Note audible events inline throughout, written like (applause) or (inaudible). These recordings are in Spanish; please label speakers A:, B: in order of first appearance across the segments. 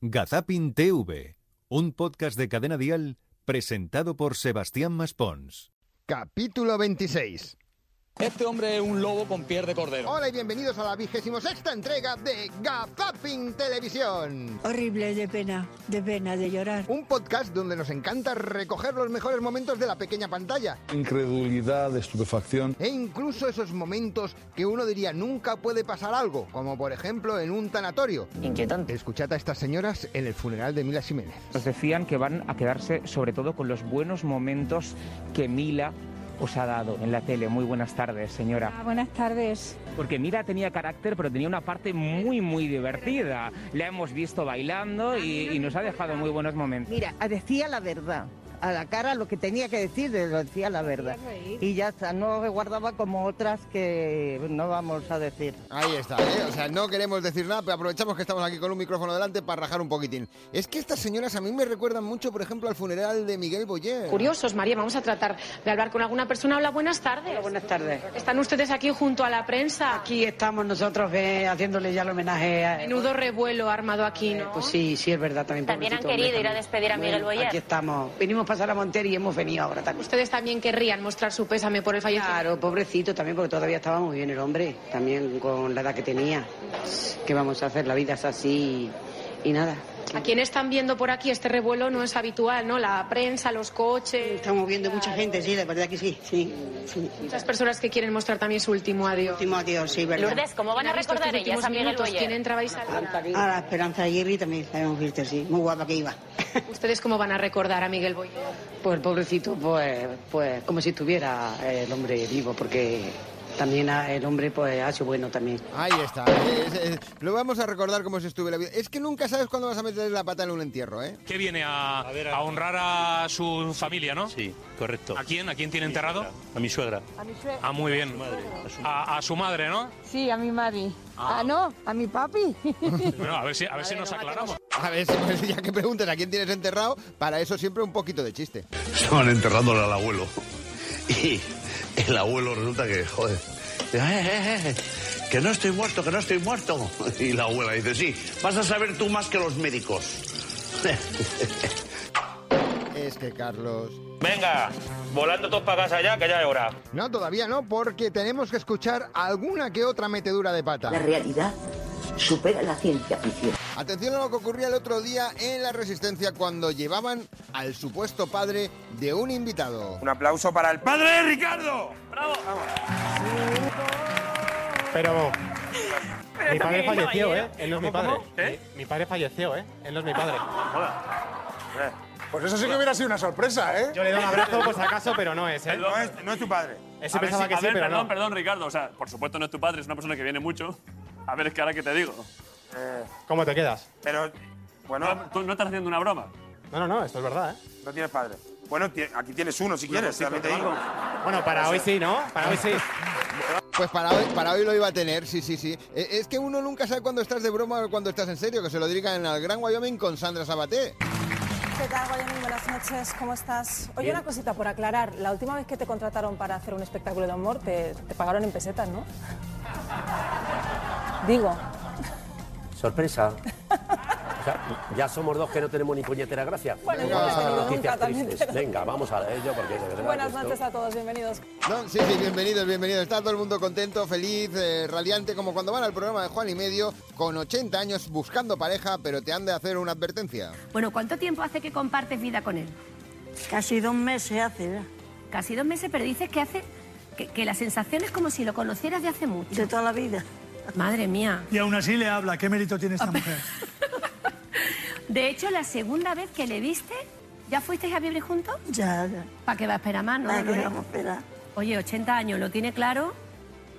A: Gazapin TV, un podcast de Cadena Dial presentado por Sebastián Maspons.
B: Capítulo 26.
C: Este hombre es un lobo con piel de cordero.
B: Hola y bienvenidos a la vigésimo sexta entrega de Gazapin Televisión.
D: Horrible de pena, de pena, de llorar.
B: Un podcast donde nos encanta recoger los mejores momentos de la pequeña pantalla.
E: Incredulidad, estupefacción.
B: E incluso esos momentos que uno diría nunca puede pasar algo, como por ejemplo en un tanatorio.
F: Inquietante.
B: Escuchad a estas señoras en el funeral de Mila Jiménez.
G: Nos decían que van a quedarse sobre todo con los buenos momentos que Mila os ha dado en la tele. Muy buenas tardes, señora.
H: Ah, buenas tardes.
G: Porque Mila tenía carácter, pero tenía una parte muy, muy divertida. La hemos visto bailando y, y nos ha dejado muy buenos momentos.
I: Mira, decía la verdad. A la cara lo que tenía que decir, lo decía la verdad. Y ya está, no guardaba como otras que no vamos a decir.
B: Ahí está, ¿eh? O sea, no queremos decir nada, pero aprovechamos que estamos aquí con un micrófono delante para rajar un poquitín. Es que estas señoras a mí me recuerdan mucho, por ejemplo, al funeral de Miguel Boyer.
J: curiosos, María. Vamos a tratar de hablar con alguna persona. Hola, buenas tardes.
K: Buenas tardes.
J: Están ustedes aquí junto a la prensa.
K: Aquí estamos nosotros eh, haciéndole ya el homenaje a...
J: Menudo revuelo armado aquí, ¿no?
K: Pues sí, sí, es verdad también.
L: También han
K: pobrecito,
L: querido
K: hombre,
L: ir a
K: también.
L: despedir a
K: Bueno,
L: Miguel Boyer.
K: Aquí estamos. Venimos a pasar a Monter y hemos venido ahora también.
J: Ustedes también querrían mostrar su pésame por el fallecimiento.
K: Claro, pobrecito también, porque todavía estaba muy bien el hombre, también con la edad que tenía. ¿Qué vamos a hacer? La vida es así y, y nada.
J: A quienes están viendo por aquí, este revuelo no es habitual, ¿no? La prensa, los coches.
M: Estamos viendo mucha gente, sí, de verdad que sí, sí, sí.
J: Muchas personas que quieren mostrar también su último adiós.
M: Último adiós, sí, verdad.
L: Lourdes, ¿cómo van a
J: ¿Han visto
L: recordar
J: estos
L: ellas a
J: últimos
L: Miguel
J: minutos? ¿Quién
L: Boyer?
J: entraba y salía?
M: A la Esperanza Aguirre también la hemos visto, sí, muy guapa que iba.
J: ¿Ustedes cómo van a recordar a Miguel Boyer?
K: Pues pobrecito, pues, pues como si estuviera el hombre vivo, porque también ah, el hombre pues ha sido bueno también.
B: Ahí está. ¿eh? Es- es- lo vamos a recordar como si estuviera vida. Es que nunca sabes cuándo vas a meter la pata en un entierro, ¿eh?
N: que viene a, a honrar a su familia, ¿no? Sí, correcto. ¿A quién? ¿A quién tiene enterrado? A mi suegra.
H: A mi suegra.
N: Ah, muy bien. A, a su madre, ¿no?
H: Sí, a mi madre. Ah, no, a mi papi. (laughs)
N: Bueno, a ver si, a ver si nos aclaramos.
B: A ver, (laughs) si- ya que preguntas a quién tienes enterrado, para eso siempre un poquito de chiste.
E: Estaban enterrándole al abuelo. Y el abuelo resulta que, joder, eh, eh, eh, que no estoy muerto, que no estoy muerto. (laughs) Y la abuela dice, sí, vas a saber tú más que los médicos.
N: (laughs)
E: (laughs)
B: Es que, Carlos...
O: Venga, volando todos para casa ya, que ya es hora.
B: No, todavía no, porque tenemos que escuchar alguna que otra metedura de pata.
P: La realidad supera la ciencia ficción.
B: Atención a lo que ocurría el otro día en la Resistencia cuando llevaban al supuesto padre de un invitado.
O: Un aplauso para el padre de Ricardo.
Q: Pero. mi padre
O: también,
Q: falleció, ¿eh?
O: caballero.
Q: Él no es mi
O: ¿Cómo,
Q: padre.
O: cómo? ¿Eh?
Q: Mi padre falleció, ¿eh? Él no es mi padre.
O: Pues eso sí que hubiera sido una sorpresa, ¿eh?
Q: Yo le doy un abrazo por si acaso, pero no es él.
O: No es, no es tu padre.
Q: Ese
R: A ver,
Q: pensaba
R: sí,
Q: que
R: a
Q: sí,
R: ver,
Q: pero
R: perdón,
Q: no.
R: perdón, Ricardo. O sea, por supuesto no es tu padre, es una persona que viene mucho. A ver, es que ahora que te digo.
O: Eh,
Q: ¿Cómo te quedas?
O: pero, bueno,
R: Tú no estás haciendo una broma.
Q: No, no, no, esto es verdad, ¿eh?
O: no tienes padre. Bueno, ti- aquí tienes uno si quieres, también te digo.
Q: Bueno, para hoy sí, ¿no? Para hoy sí.
B: Pues para hoy, para hoy lo iba a tener, sí, sí, sí. Eh, Es que uno nunca sabe cuándo estás de broma o cuándo estás en serio, que se lo dirigan al Gran Wyoming con Sandra Sabaté.
S: ¿Qué tal, Guayamín? Buenas noches, ¿cómo estás? Oye, una cosita por aclarar. La última vez que te contrataron para hacer un espectáculo de amor, te, te pagaron en pesetas,
H: (laughs)
S: ¿no? Digo,
T: Sorpresa. O sea, ya somos dos que no tenemos ni puñetera gracia.
S: Bueno, yo no he tenido nunca,
T: Noticias
S: también te
T: tristes.
S: lo
T: Venga, vamos a ello porque de verdad.
S: buenas
T: esto-
S: noches a todos, bienvenidos.
B: No, sí, sí, bienvenidos, bienvenidos. Está todo el mundo contento, feliz, eh, radiante, como cuando van al programa de Juan y Medio, con 80 años buscando pareja, pero te han de hacer una advertencia.
L: Bueno, ¿cuánto tiempo hace que compartes vida con él?
M: Casi dos meses hace ¿eh? ya,
L: Casi dos meses, pero dices que hace. Que, que la sensación es como si lo conocieras de hace mucho.
M: de toda la vida.
L: Madre mía.
G: Y aún así le habla. ¿Qué mérito tiene esta mujer?
L: De hecho, la segunda vez que le viste, ¿ya fuisteis a vivir juntos?
M: Ya, ya.
L: ¿Para qué va a esperar más? No,
S: Ah,
M: Nada que
L: Dolores?
M: vamos a esperar.
L: Oye, 80 años, ¿lo tiene claro?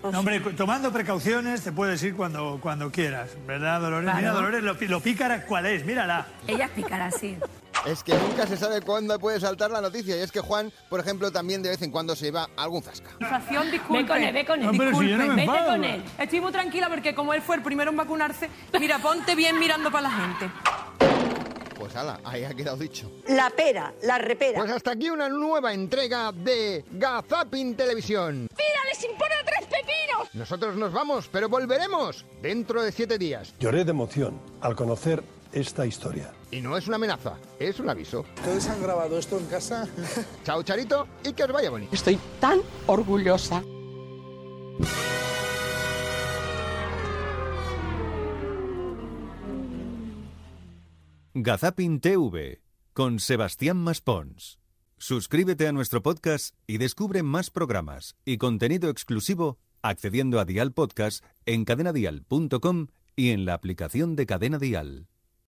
G: No, hombre, tomando precauciones te puedes ir cuando, cuando quieras, ¿verdad, Dolores?
L: Claro.
G: Mira, Dolores, lo, pi- lo pícara cuál es, mírala.
L: Ella es pícara, sí.
B: Es que nunca se sabe cuándo puede saltar la noticia. Y es que Juan, por ejemplo, también de vez en cuando se lleva algún zasca.
A: Administración, disculpe.
L: Ve con él, ve con él.
G: No, pero si yo no me
L: Disculpe, vete
G: enfado.
L: con él.
A: Estoy muy tranquila porque como él fue el primero en vacunarse, mira, ponte bien mirando para la gente.
B: Pues ala, ahí ha quedado dicho.
M: La pera, la repera.
B: Pues hasta aquí una nueva entrega de Gazapin Televisión.
A: ¡Mira, les importa tres pepinos!
B: Nosotros nos vamos, pero volveremos dentro de siete días.
E: Lloré de emoción al conocer
F: esta historia.
B: Y no es una amenaza, es un aviso.
F: ¿Ustedes han grabado esto en casa?
B: Chao, Charito, y que os vaya bonito.
U: Estoy tan orgullosa.
A: Gazapin TV con Sebastián Maspons. Suscríbete a nuestro podcast y descubre más programas y contenido exclusivo accediendo a Dial Podcast en cadenadial.com y en la aplicación de Cadena Dial.